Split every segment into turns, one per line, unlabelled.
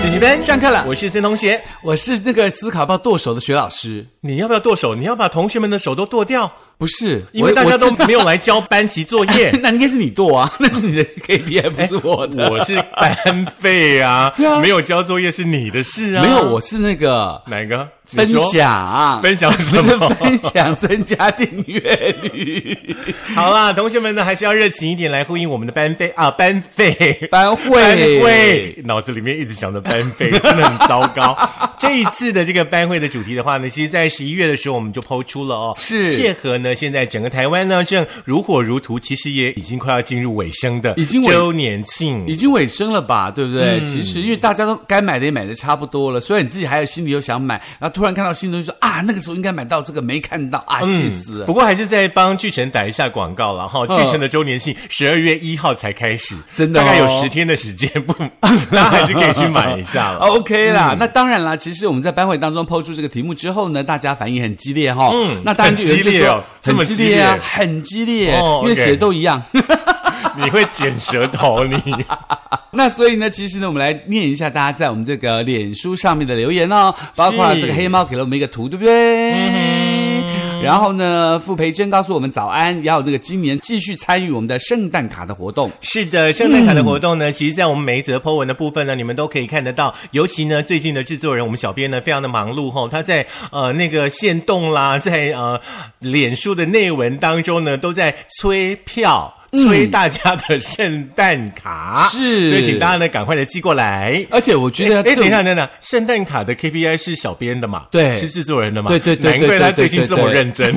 子女班上课了，我是森同学。
我是那个思考报剁手的学老师，
你要不要剁手？你要把同学们的手都剁掉，
不是，
因为
我
大家都。
我知道
没有来交班级作 业。
那应该是你剁啊，那是你的 KPI，不是我的。
哎我是班费啊，
对啊
没有交作业是你的事啊。
没有，我是那个
哪个你
分
说
享，啊
分享
不
什
是
么？
分享增加订阅率，
好啦，同学们呢还是要热情一点来呼应我们的班费啊，班费。
班
班
会
会，脑子里面一直想着班 费，真的很糟糕。这一次的这个班会的主题的话呢，其实在十一月的时候我们就抛出了哦，
是
切合呢现在整个台湾呢正如火如荼，其实也已经快要进入尾声的
已经尾
周年庆
已。经尾声了吧，对不对？
嗯
其实因为大家都该买的也买的差不多了，所以你自己还有心里又想买，然后突然看到新东西说啊，那个时候应该买到这个没看到
嗯
啊，气死了！
不过还是再帮巨城打一下广告了哈，巨城的周年庆十二月一号才开始，
真的哦
大概有十天的时间， 不，大家还是可以去买一下了。
OK 啦，
嗯
那当然啦。其实我们在班会当中抛出这个题目之后呢，大家反应很激烈哈、
嗯
那当然就有人就
很激烈
说
哦这么
很激烈
激烈
啊，很激烈，
哦
因为
OK
写都一样。
你会剪舌头，你
那所以呢，其实呢，我们来念一下大家在我们这个脸书上面的留言哦，包括
是嗯
这个黑猫给了我们一个图，对不对？然后呢，傅培珍告诉我们早安，也有那个今年继续参与我们的圣诞卡的活动。
是的，圣诞卡的活
嗯
动呢，其实，在我们每一则 po 文的部分呢，你们都可以看得到。尤其呢，最近的制作人我们小编呢，非常的忙碌吼，他在呃那个线动啦， 在呃脸书的内文当中呢，都在催票。催大家的圣诞卡、
嗯是
所以请大家呢赶快的寄过来。
而且我觉得
哎，等
这种
一下，等一下，圣诞卡的 KPI 是小编的嘛？
对
是制作人的嘛？
对对对对
难怪他最
对对
近
对
这么
对
认真。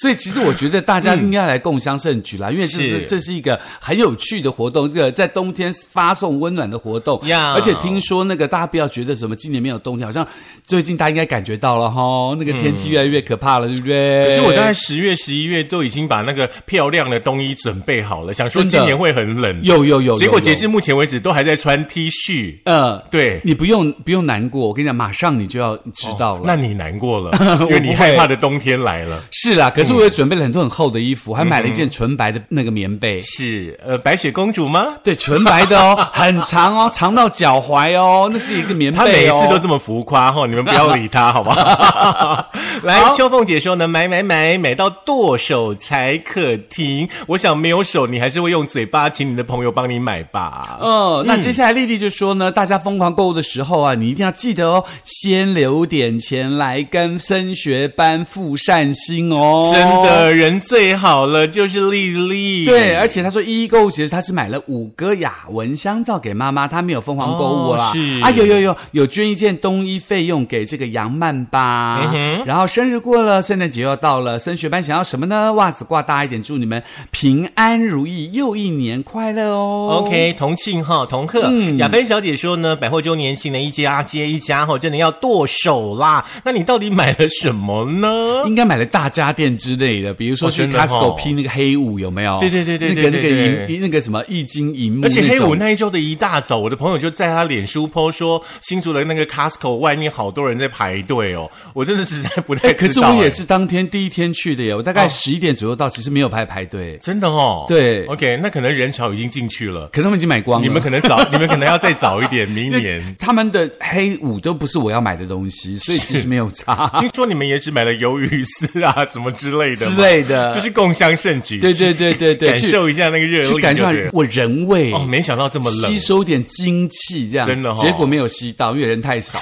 所以其实我觉得大家应该来共襄盛举啦，因为这是
嗯是
这是一个很有趣的活动，这个在冬天发送温暖的活动。
呀
而且听说那个大家不要觉得什么今年没有冬天，好像最近大家应该感觉到了哈，那个天气越来越可怕了，对不对？
可是我大概十月、十一月都已经把那个漂亮的冬衣准备好了，想说
真的
今年会很冷，
有有有有，
结果
有
截至目前为止都还在穿 T 恤，
呃，
对
你不用不用难过，我跟你讲，马上你就要知道
哦
了。
那你难过 了，因为你害怕的冬天来了。
是啦，可是我也准备了很多很厚的衣服，还买了一
嗯
件纯白的那个棉被。
是呃，白雪公主吗？
对，纯白的哦，很长哦，长到脚踝哦，那是一个 棉被哦。
她每一次都这么浮夸哈、你们不要理她，好不 好？来，秋凤姐说呢，买买买，买到剁手才可停。我想没有手，你还是会用嘴巴请你的朋友帮你买吧。
嗯，那接下来丽丽就说呢，大家疯狂购物的时候啊，你一定要记得哦，先留点钱来跟升学班付善心哦，
真。的人最好了，就是丽丽。
对，而且她说一一购物节她是买了五个雅文香皂给妈妈，她没有疯狂购物
哦
啦。
是
啊，有有有有捐一件冬衣费用给这个杨曼
嗯
吧。然后生日过了，圣诞节又要到了，升学班想要什么呢？袜子挂大一点，祝你们平安如意，又一年快乐哦。
OK，同庆哈，同贺。
嗯
雅芬小姐说呢，百货周年庆呢，一家接一家哈，真的要剁手啦。那你到底买了什么 呢？
应该买了大家电之类的，比如说
哦
去
真的哦
Costco 拼那个黑五有没有？
对对对对对
那个
对对
那个银那个什么一金银幕
而
种，
且黑五那一周的一大早，我的朋友就在他脸书 po 说，新竹的那个 Costco 外面好多人在排队哦，我真的实在不太知道、
可是我也
哎
是当天第一天去的耶，我大概
哦
十一点左右到，其实没有排排队，
真的哦。
对
，OK，那可能人潮已经进去了，
可能他们已经买光了。
你们可能早，你们可能要再早一 点，明
因为
年。
他们的黑五都不是我要买的东西，所以其实没有差。
听说你们也只买了鱿鱼丝啊，什么啊之类的
之
嘛
类 的
就是共襄盛举。
对对对对对，
感受一下那个热力
去
就对了，
去感受一下我人味
哦，没想到这么冷
吸，收点精气，这样
真的哦
结果没有吸到，因为人 太少。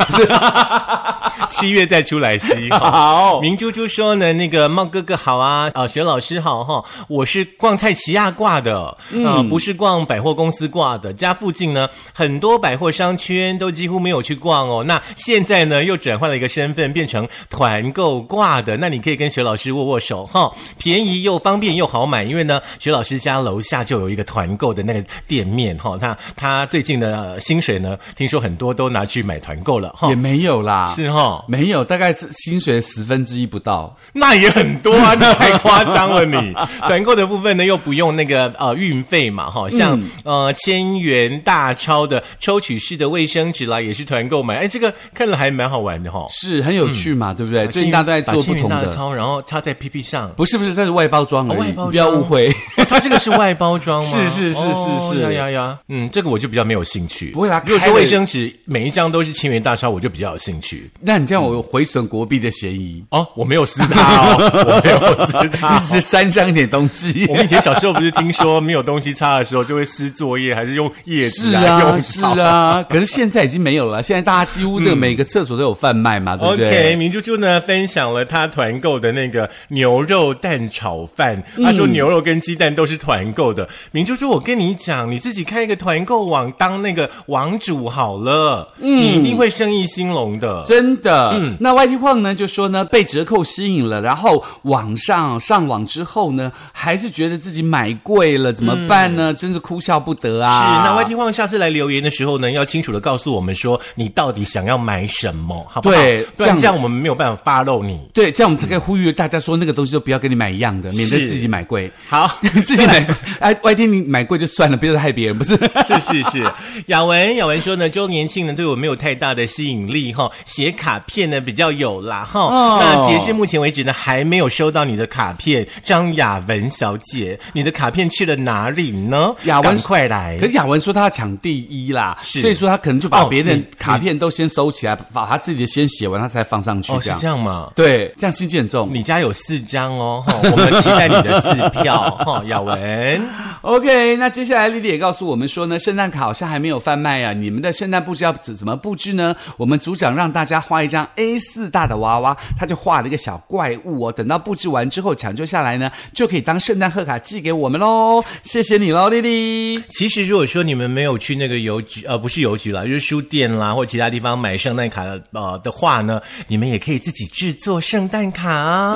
七月再出来吸。
好
明珠珠说呢，那个茂哥哥好啊，啊、学老师好哈、我是逛菜奇亚挂的，嗯、不是逛百货公司挂的。家附近呢，很多百货商圈都几乎没有去逛哦。那现在呢，又转换了一个身份，变成团购挂的。那你可以跟学老师握握手哈、便宜又方便又好买，因为呢，学老师家楼下就有一个团购的那个店面哈、那他最近的呃薪水呢，听说很多都拿去买团购了哈、
也没有啦，
是哈、
没有，大概是薪水十分之一不到。
那也很多 啊，那太夸张了你。团购的部分呢，又不用那个呃运费嘛，哈，像、
嗯
呃千元大钞的抽取式的卫生纸啦，也是团购买。哎，这个看了还蛮好玩的哈、嗯
是很有趣嘛，对不对？最近大家都在做
把
不同
千元大
的。
钞，然后插在屁 APP 上。
不是不是，这是外包装而已，
哦外包装
你不要误会。
哦它这个是外包装吗？
是是是
哦
是是
呀呀呀，嗯，这个我就比较没有兴趣。
不会啦
如果
开
说
的
卫生纸每一张都是清源大钞，我就比较有兴趣。
那你这样我有毁损国币的嫌疑，
哦，我没有撕它 哦，我没有撕它哦
你。 只是沾上一点东西
嗯 我。们以前小时候不是听说没有东西擦的时候就会撕作业，还是用叶子
是
啊用
啊，是
草
啊，可是现在已经没有了。现在大家几乎的每个厕所都有贩卖嘛，对不
OK，
对？
明珠珠呢分享了她团购的那个牛肉蛋炒饭，她
嗯
说牛肉跟鸡蛋都是团购的。明珠珠，我跟你讲，你自己开一个团购网当那个网主好了，
嗯
你一定会生意兴隆的。
真的，
嗯
那 YT 晃呢就说呢被折扣吸引了，然后网上上网之后呢，还是觉得自己买贵了，怎么办呢？真是哭笑不得
嗯是，
啊！
那 YT 晃下次来留言的时候呢，要清楚的告诉我们说你到底想要买什么，好不好？
对
不然
这样
这样我们没有办法 follow 你。
对，这样我们才可以呼吁大家说，那个东西都不要跟你买一样的，免得
是
自己买贵。，
好
自己买，哎，YT 你买贵就算了，不要再害别人，不 是？
是是是，雅文雅文说呢，周年庆呢对我没有太大的吸引力哈，写卡片呢比较有啦哈。
哦
那截至目前为止呢，还没有收到你的卡片，张雅文小姐，你的卡片去了哪里呢？
雅文
赶快来
可！是雅文说他要抢第一啦，
是
所以说他可能就把
哦
别人
你
卡片都先收起来，把他自己的先写完，他才放上去啊
哦，
这
是
样。
这样吗？
对，这样心机很重。
你家有四张哦，哈，我们期待你的四票哈，雅文。
OK，那接下来丽丽也告诉我们说呢，圣诞卡好像还没有贩卖啊，你们的圣诞布置要怎怎么布置呢？我们组长让大家画一张 A 4大的娃娃，他就画了一个小怪物哦。等到布置完之后抢救下来呢，就可以当圣诞贺卡寄给我们喽。谢谢你喽，丽丽。
其实如果说你们没有去那个邮局，呃，不是邮局啦，就是书店啦，或其他地方买圣诞卡的呃的话呢，你们也可以自己制作圣诞卡啊。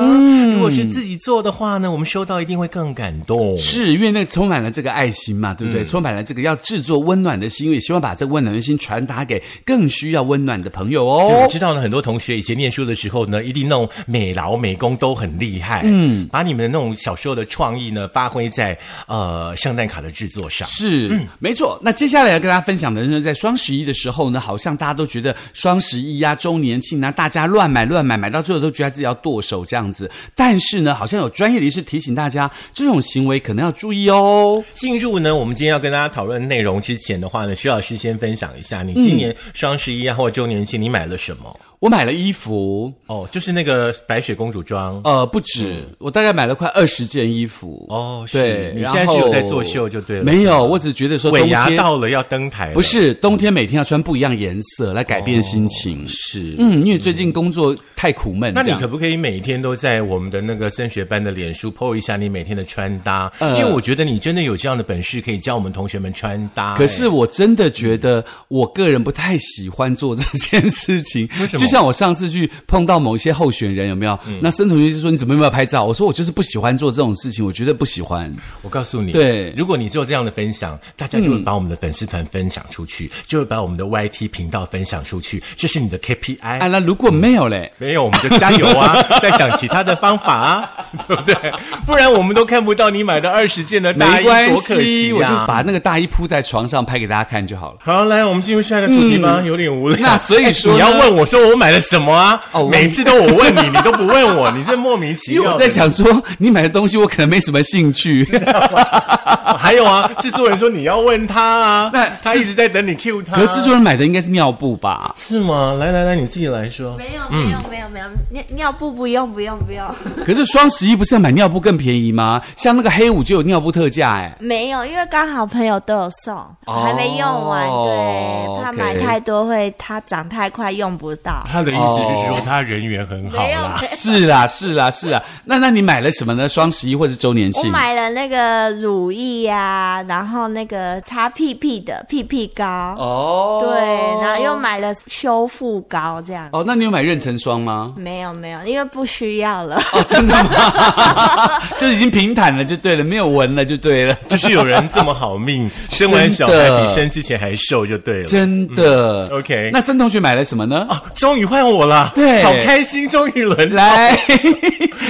如果是自己做的话呢，我们收到一定会更感动。
是因为那个充满了这个爱心嘛，对不对？充满了这个要制作温暖的心，也希望把这个温暖的心传达给更需要温暖的朋友
对我
哦。
知道呢，很多同学以前念书的时候呢，一定那种美劳美工都很厉害，嗯，把你们的那种小时候的创意呢，发挥在呃圣诞卡的制作上。
是，没错。那接下来要跟大家分享的呢，在双十一的时候呢，好像大家都觉得双十一啊、周年庆啊，大家乱买乱买，买到最后都觉得自己要剁手这样子。但是呢，好像有专业人士提醒大家，这种行为可能要注意哦。
进入呢，我们今天要跟大家讨论内容之前的话呢，徐老师先分享一下，你今年双十一啊或周年庆你买了什么？
我买了衣服，
哦，就是那个白雪公主装。
呃，不止，我大概买了快二十件衣服。
哦是
对，
你
然
现在是有
后
在作秀就对了
没有，我只觉得说冬
尾牙
天
到了要登台了，
不是冬天每天要穿不一样颜色来改变心情。
哦是。
嗯，因为最近工作太苦闷，
那你
这样
可不可以每天都在我们的那个升学班的脸书 po 一下你每天的穿搭？
呃
因为我觉得你真的有这样的本事，可以教我们同学们穿搭。哎
可是我真的觉得，我个人不太喜欢做这件事情。
为什么嗯
就像我上次去碰到某一些候选人，有没有？那申同学就说：“你怎么没有拍照？”我说：“我就是不喜欢做这种事情，我绝对不 喜欢。
哎我告诉你，
对
如果你做这样的分享，大家就会把我们的粉丝团分享出去，就会把我们的 YT 频道分享出去，这是你的 KPI。”
啊，那如果没有嘞，
没有，我们就加油 啊！再想其他的方法啊， 对不对？不然我们都看不到你买的二十件的嗯大
没
衣，
关
多可惜啊
系，
呀、
我就把那个大衣铺在床上拍给大家看就好了。
好，来，我们进入下一个主题吧，有点无聊。
嗯那所以说
哎你要
呢
问我说我买了什么啊？
哦我
每次都我问 你，你都不问我，你这莫名其
因
妙
为
的。
我在想说，你买的东西我可能没什么 兴趣。
还有啊，制作人说你要问他啊，
那
他
制
一直在等你 Q 他。
可是制作人买的应该是尿布吧？
是吗？来来来，你自己来说。
没有
嗯
没有没有没有，尿尿布不用不用不用，
可是双十一不是要买尿布更便宜吗？像那个黑五就有尿布特价哎、
没有，因为刚好朋友都有送，
哦
还没用完，对，怕
OK
买太多会它长太快用不到。
他的意思是说他人缘很好
没有
啦。，
是啦，是啦，是啦。那那你买了什么呢？双十一或是周年
我
庆？
买了那个乳液呀、然后那个擦屁屁的屁屁膏，
哦，
对，然后又买了修复膏这样。
哦，那你有买妊娠霜吗？
没有没有，因为不需要了。
哦，真的吗？ 就已经平坦了，就对了，没有纹了，就对 了，
就是有人这么好命，生完小孩
真的
比生之前还瘦就对了。
真的。
嗯，OK
那森同学买了什么呢？
啊，周终于换我了，
对
好开心，终于轮到
来，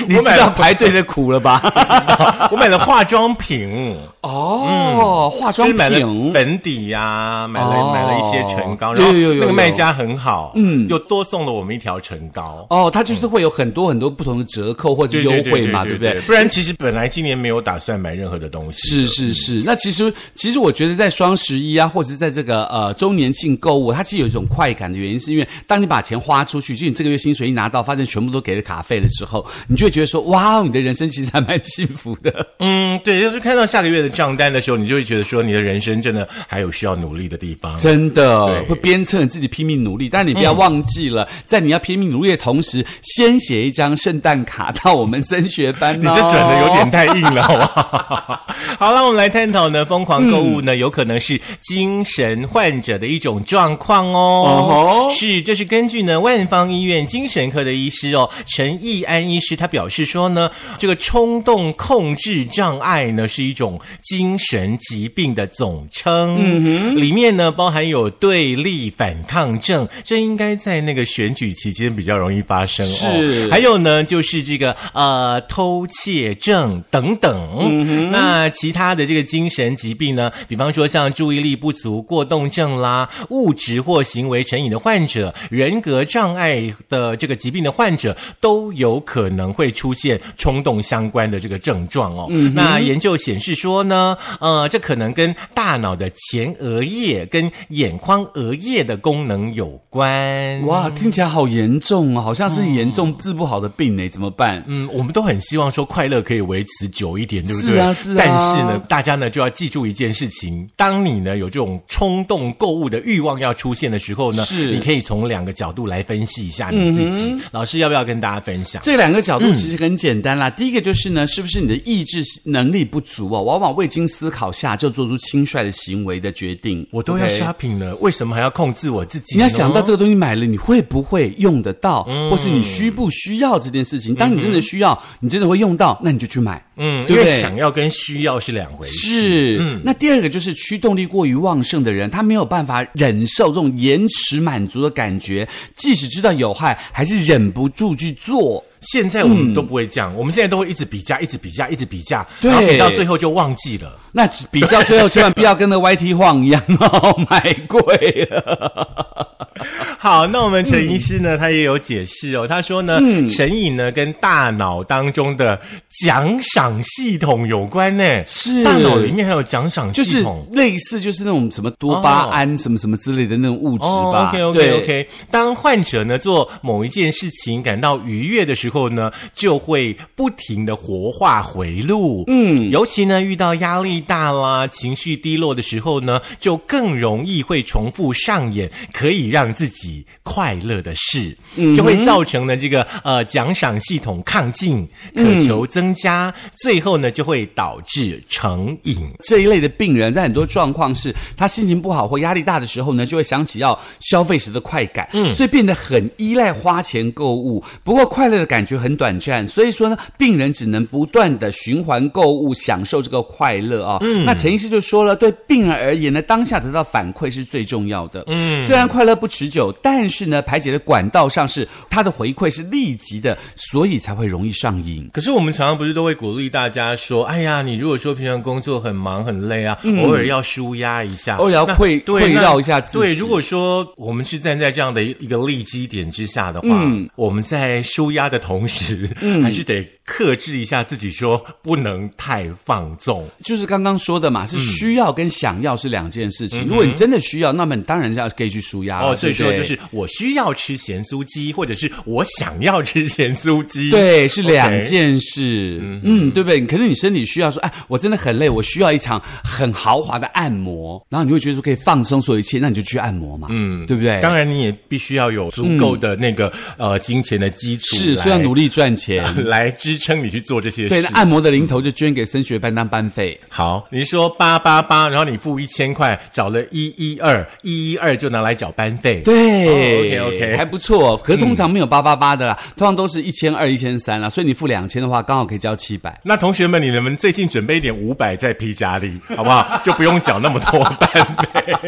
你
我
知
买
道
了
排队的苦了吧？
我买了化妆品，
哦，化
就
妆
是买了
品，
粉底呀、买了、
哦
买了一些唇膏，然后
有有有有
那个卖家很好，
嗯
又多送了我们一条唇膏。
哦，它就是会有很多很多不同的折扣或者
对
优
对对
惠嘛，对不对？
不然其实本来今年没有打算买任何的嗯东西。
是是是，那其实其实我觉得在双十一啊，或者是在这个呃周年庆购物，它其实有一种快感的原因，是因为当你把钱花出去，就你这个月薪水一拿到，发现全部都给了卡费了之后，你就会觉得说，哇，哦你的人生其实还蛮幸福的。
嗯，对，就是看到下个月的账单的时候，你就会觉得说，你的人生真的还有需要努力的地方。
真的
对
会鞭策你自己拼命努力，但你不
嗯
要忘记了，在你要拼命努力的同时，先写一张圣诞卡到我们升学班、哦。
你这转的有点太硬了，好不好？ 好了，我们来探讨呢，疯狂购物呢，有可能是精神患者的一种状况哦。
哦吼
是，这是根据呢万方医院精神科的医师哦陈义安医师他表示说呢，这个冲动控制障碍呢是一种精神疾病的总称，嗯、里面呢包含有对立反抗症，这应该在那个选举期间比较容易发生哦。
是
还有呢，就是这个呃偷窃症等等。
嗯
那其他的这个精神疾病呢，比方说像注意力不足过动症啦、物质或行为成瘾的患者、人格障碍的这个疾病的患者，都有可能会出现冲动相关的这个症状哦。
嗯
那研究显示说呢，呃，这可能跟大脑的前额叶跟眼眶额叶的功能有关。
哇，听起来好严重哦，好像是严重治不好的病呢，怎么办？
嗯，我们都很希望说快乐可以维持久一点，对不对？
是啊是啊
但是呢，大家呢就要记住一件事情：当你呢有这种冲动购物的欲望要出现的时候呢，
是嗯
你可以从两个角度来分析一下你自己。老师要不要跟大家分享？
这两个角
嗯
度其实很简单啦。第一个就是呢，是不是你的意志能力不足哦？往往未经思考下就做出轻率的行为的决定。
我都要
OK？
shopping 了，为什么还要控制我自己
你
呢？
要想到这个东西买了，你会不会用得到，
嗯
或是你需不需要这件事情？当你真的需要，你真的会用到，那你就去买，
嗯，
对不
因
对
为？想要跟需要是两回事。嗯
是，那第二个就是驱动力过于旺盛的人，他没有办法忍受这种延迟满足的感觉，即使知道有害，还是忍不住去做。
现在我们都不会这样，我们现在都会一直比价，一直比价，一直比价，
嗯对
然后比到最后就忘记了。
那只比较最后，千万不要跟那 YT 晃一样哦，买贵了。
好，那我们陈医师呢，他也有解释哦。他说呢，
嗯
神瘾呢跟大脑当中的奖赏系统有关呢，
是
大脑里面还有奖赏
就
系
是
统。
类似就是那种什么多巴胺什么什么之类的那种物质
哦
吧。
，OK OK
对
OK，当患者呢做某一件事情感到愉悦的时候呢，就会不停的活化回路。嗯，尤其呢遇到压力大啦、情绪低落的时候呢，就更容易会重复上演可以让自己快乐的事，就会造成呢这个呃奖赏系统亢进，渴求增加，最后呢就会导致成瘾。
这一类的病人，在很多状况是，他心情不好或压力大的时候呢，就会想起要消费时的快感，嗯，所以变得很依赖花钱购物。不过快乐的感觉很短暂，所以说呢，病人只能不断的循环购物，享受这个快乐啊、嗯，那陈医师就说了，对病人而言呢，当下得到反馈是最重要的。嗯，虽然快乐不持久，但是呢，排解的管道上是它的回馈是立即的，所以才会容易上瘾。
可是我们常常不是都会鼓励大家说：“哎呀，你如果说平常工作很忙很累啊，偶尔要舒压一下，
嗯偶尔要
那
馈
对
馈
那
绕一下自己
对，如果说我们是站在这样的一个利基点之下的话，
嗯
我们在舒压的同时，还是得克制一下自己说，不能太放纵。
就是刚刚说的嘛，
嗯
是需要跟想要是两件事情。如果你真的需要，那么你当然是要可以去舒压了
哦，所以说
啊对不
就
对
是我需要吃咸酥鸡，或者是我想要吃咸酥鸡，
对，是
OK
两件事嗯，对不对？可能你身体需要说，哎，我真的很累，我需要一场很豪华的按摩，然后你会觉得说可以放松所有一切，那你就去按摩嘛，嗯，对不对？
当然，你也必须要有足够的那个、呃金钱的基础，
是，所以要努力赚钱。
来支撑你去做这些
对，
事
那。啊按摩的零头就捐给升学班当班费。
好，你说八八八，然后你付一千块，找了一一二，一一二就拿来缴班费。
对、
哦，OK，OK
还不错。可是通常没有八八八的啦，通常都是一千二、一千三啦，所以你付两千的话，刚好可以交七百。
那同学们，你们最近准备一点五百在皮夹里，好不好？就不用缴那么多班费。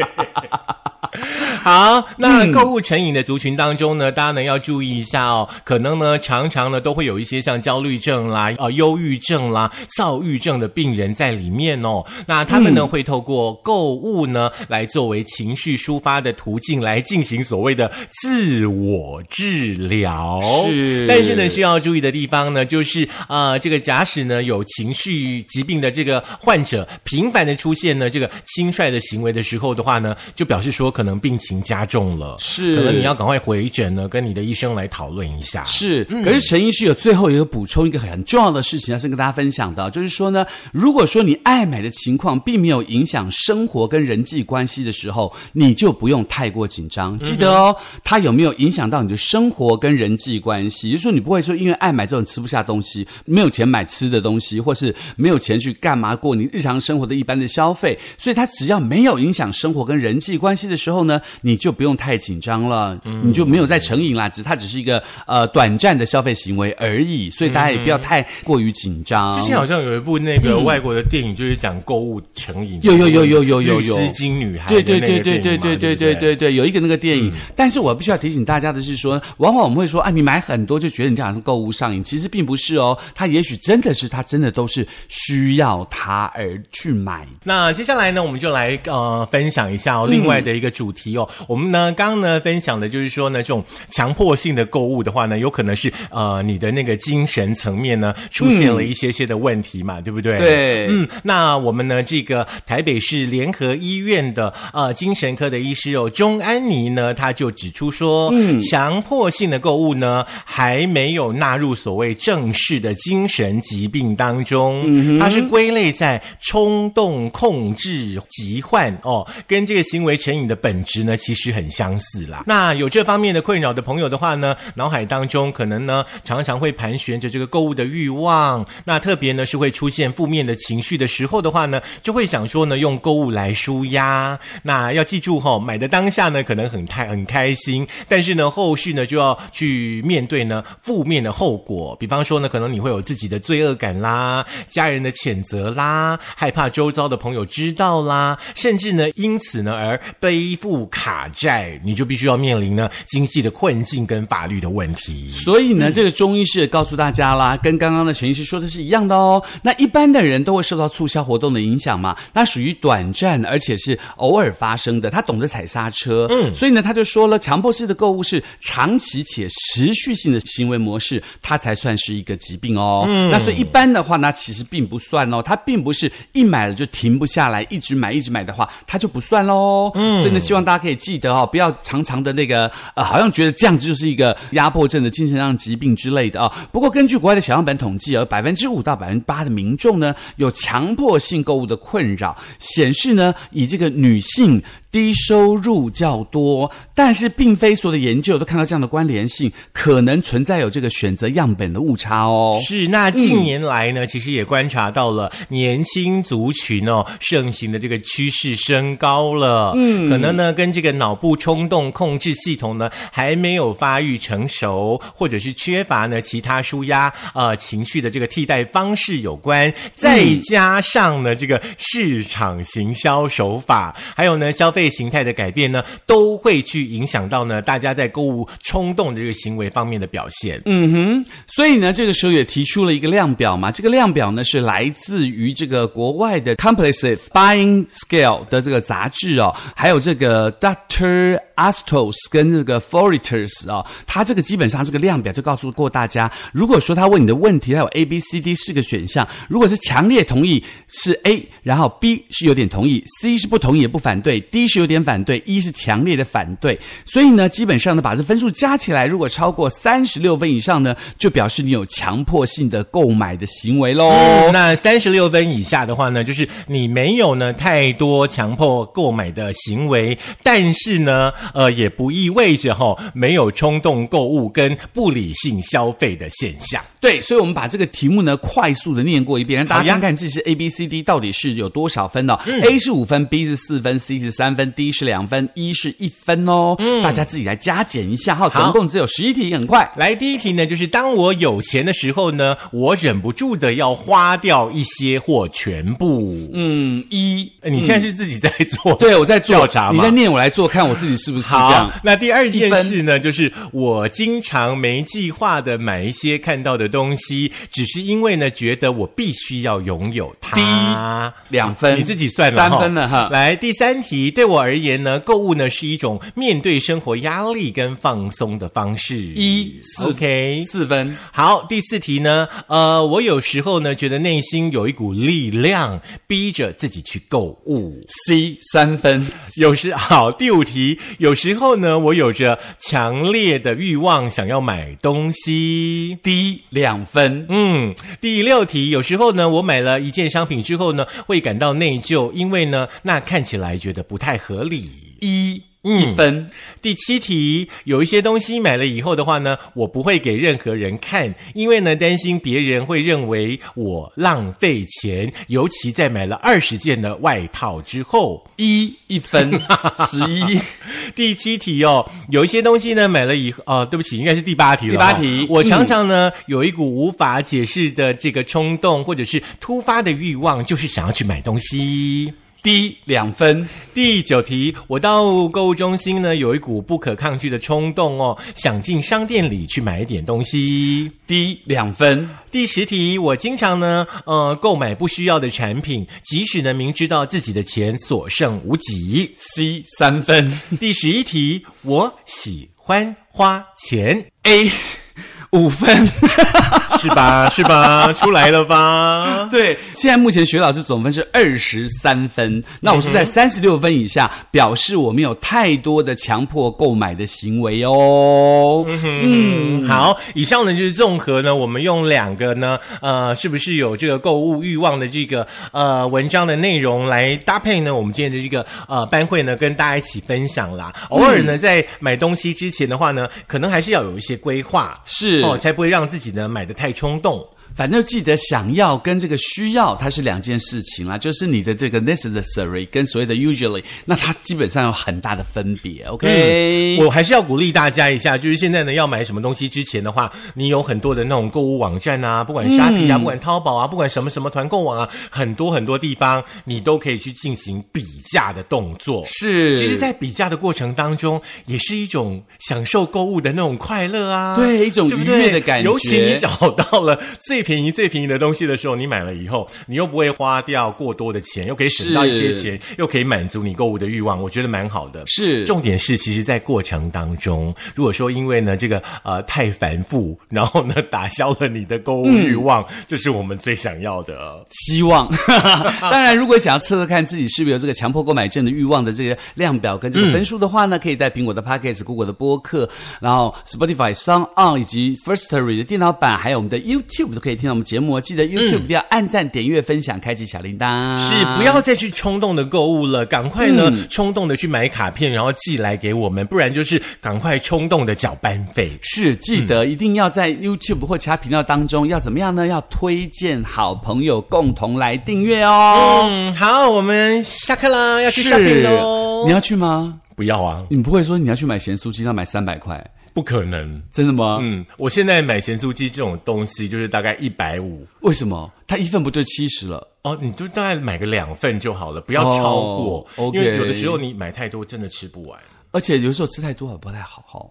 好，那购物成瘾的族群当中呢，大家呢要注意一下哦，可能呢常常呢都会有一些像焦虑症啦、呃忧郁症啦、躁郁症的病人在里面哦。那他们呢、会透过购物呢来作为情绪抒发的途径来进行所谓的自我治疗。
是
但是呢需要注意的地方呢，就是呃这个假使呢有情绪疾病的这个患者频繁的出现呢这个轻率的行为的时候的话呢，就表示说可能病情加重了，
是
可能你要赶快回诊呢，跟你的医生来讨论一下。
是，可是陈医师有最后一个补充一个很重要的事情要先跟大家分享的，就是说呢，如果说你爱美的情况并没有影响生活跟人际关系的时候，你就不用太过紧张。记得哦，它有没有影响到你的生活跟人际关系？就是说你不会说因为爱买这种吃不下东西，没有钱买吃的东西，或是没有钱去干嘛过你日常生活的一般的消费，所以它只要没有影响生活跟人际关系的时候呢，你就不用太紧张了，
嗯
你就没有再成瘾啦。只是它只是一个呃短暂的消费行为而已，所以大家也不要太过于紧张。
之前好像有一部那个外国的电影，就是讲购物成瘾，
有有有有有有有
绿丝巾女孩的
对
那个电
对
影
对
嘛，
对对
对
对对
嗯
对
不。
对对，有一个那个电影，但是我必须要提醒大家的是说，往往我们会说啊，你买很多就觉得你这样是购物上瘾，其实并不是哦，它也许真的是它真的都是需要它而去买
嗯那接下来呢，我们就来呃分享一下哦，另外的一个主题哦。我们呢刚刚呢分享的就是说呢，这种强迫性的购物的话呢，有可能是呃你的那个精神层面呢出现了一些些的问题嘛，对不对？
对
嗯，那我们呢这个台北市联合医院的呃精神科的医师哦钟安妮呢，她就指出说，嗯，强迫性的购物呢还没有纳入所谓正式的精神疾病当中，它是归类在冲动控制疾患哦，跟这个行为成瘾的本质呢其实很相似啦。那有这方面的困扰的朋友的话呢，脑海当中可能呢常常会盘旋着这个购物的欲望，那特别呢是会出现负面的情绪的时候的话呢，就会想说呢用购物来舒压。那要记住哈、哦，买的当下呢可能很开很开心，但是呢后续呢就要去面对呢负面的后果，比方说呢可能你会有自己的罪恶感啦，家人的谴责啦，害怕周遭的朋友知道啦，甚至呢因此呢而背负卡债，你就必须要面临呢经济的困境跟法律的问题。
所以呢，这个中医师也告诉大家啦，跟刚刚的陈医师说的是一样的哦。那一般的人都会受到促销活动的影响嘛，那属于短暂而且是偶尔发生的。他懂得踩刹车，嗯，所以呢，他就说了，强迫式的购物是长期且持续性的行为模式，它才算是一个疾病哦。嗯，那所以一般的话呢，其实并不算哦，它并不是一买了就停不下来，一直买一直买的话，它就不算喽。嗯，所以呢，希望大家可以记得哦，不要常常的那个呃，好像觉得这样子就是一个压迫症的精神上疾病之类的啊、不过根据国外的小样本统计，有哦百分之五到百分之八的民众呢有强迫性购物的困扰，显示呢以这个女性。低收入较多，但是并非所有的研究都看到这样的关联性，可能存在有这个选择样本的误差哦。
是，那近年来呢，其实也观察到了年轻族群哦盛行的这个趋势升高了。嗯，可能呢跟这个脑部冲动控制系统呢还没有发育成熟，或者是缺乏呢其他舒压呃情绪的这个替代方式有关。再加上呢这个市场行销手法，还有呢消费形态的改变呢，都会去影响到呢大家在购物冲动的这个行为方面的表现。嗯，
所以呢，这个时候也提出了一个量表嘛，这个量表呢是来自于这个国外的 Compulsive Buying Scale 的这个杂志哦，还有这个 Dr. Astos 跟这个 f o r i t e r s 哦，它这个基本上这个量表就告诉过大家，如果说他问你的问题，它有 A、B、C、D 四个选项，如果是强烈同意是 A，然后 B 是有点同意，C 是不同意也不反对，D 是有点反对，E 是强烈的反对，所以呢，基本上呢把这分数加起来，如果超过三十六分以上呢，就表示你有强迫性的购买的行为喽。
那三十六分以下的话呢，就是你没有呢太多强迫购买的行为，但是呢，呃，也不意味着哈、没有冲动购物跟不理性消费的现象。
对，所以我们把这个题目呢快速的念过一遍，让大
好
家
呀嗯
看看这是 A B C D 到底是有多少分哦。A 是五分，B 是四分，C 是三分，D 是两分，E 是一分哦。大家自己来加减一下哈，
嗯好
总共只有十一题，很快。
来，第一题呢，就是当我有钱的时候呢，我忍不住的要花掉一些或全部。
嗯，一，
呃你现在是自己在做、
对我在做
调查
你
吗
在？念，我来做，看我自己是不是这样
好。，那第二件
一分
事呢，就是我经常没计划的买一些看到的东西，只是因为呢，觉得我必须要拥有它。
两分
你自己算了哈，
三分了哈
来，第三题，对我而言呢，购物呢是一种面对生活压力跟放松的方式。
一四
OK，
四分，
好，第四题呢，呃，我有时候呢觉得内心有一股力量逼着自己去购物。
C 三分，
有时好，第五题，有时候呢，我有着强烈的欲望想要买东西。
D 两分，
嗯，第六题，有时候呢，我买了一件商品之后呢，会感到内疚，因为呢，那看起来觉得不太合理。
一，E 一分，
第七题，有一些东西买了以后的话呢，我不会给任何人看，因为呢，担心别人会认为我浪费钱，尤其在买了二十件的外套之后。
一，E 一分，十一。
第七题哦，有一些东西呢，买了以后，哦，对不起，应该是第八题了哦。
第八题
我常常呢、有一股无法解释的这个冲动，或者是突发的欲望，就是想要去买东西。
D 两分，
第九题，我到购物中心呢，有一股不可抗拒的冲动哦，想进商店里去买一点东西。
D 两分，
第十题，我经常呢，呃，购买不需要的产品，即使呢明知道自己的钱所剩无几。
C 三分
第十一题，我喜欢花钱。
，A 五分。
是吧？是吧？出来了 吧？
对，现在目前学老师总分是二十三分，那我是在三十六分以下，表示我们有太多的强迫购买的行为哦。
嗯，好，以上呢就是综合呢，我们用两个呢，呃，是不是有这个购物欲望的这个呃文章的内容来搭配呢？我们今天的这个呃班会呢，跟大家一起分享啦。偶尔呢，在买东西之前的话呢，可能还是要有一些规划，
是
哦，才不会让自己呢买的太冲动。
反正记得想要跟这个需要，它是两件事情啦，就是你的这个 necessary 跟所谓的 usually，那它基本上有很大的分别。OK，、
嗯我还是要鼓励大家一下，就是现在呢，要买什么东西之前的话，你有很多的那种购物网站啊，不管虾皮啊，
嗯
不管淘宝啊，不管什么什么团购网啊，很多很多地方你都可以去进行比价的动作。
是，
其实，在比价的过程当中，也是一种享受购物的那种快乐啊，
对一种
对不
愉
对
悦的感
尤其你
觉
找到了最便宜、最便宜的东西的时候，你买了以后，你又不会花掉过多的钱，又可以省到一些
是
钱，又可以满足你购物的欲望，我觉得蛮好的。
是
重点是，其实，在过程当中，如果说因为呢这个呃太繁复，然后呢打消了你的购物欲望，这是我们最想要的。
希望。 当然，如果想要测测看自己是不是有这个强迫购买症的欲望的这个量表跟这个分数的话呢，可以在苹果的 Podcast、Google 的播客，然后 Spotify、s o n g On 以及 Firstory 的电脑版，还有我们的 YouTube 都可以听到我们节目哦。记得 YouTube 一定要按赞、点阅、分享、开启小铃铛，
嗯是，不要再去冲动的购物了，赶快呢，冲动的去买卡片，然后寄来给我们，不然就是赶快冲动的缴班费。
是，记得
嗯
一定要在 YouTube 或其他频道当中，要怎么样呢？要推荐好朋友共同来订阅哦。
嗯，好，我们下课啦，要去 shopping 喽
哦你。要去吗？
不要啊，
你不会说你要去买咸酥鸡，要买三百块，
不可能。
真的吗？
嗯，我现在买咸酥鸡这种东西就是大概一百五
为什么？它一份不就七十了？
哦，你就大概买个两份就好了，不要
哦
超过，
OK
因为有的时候你买太多真的吃不完。
而且有时候吃太多也不太好哈。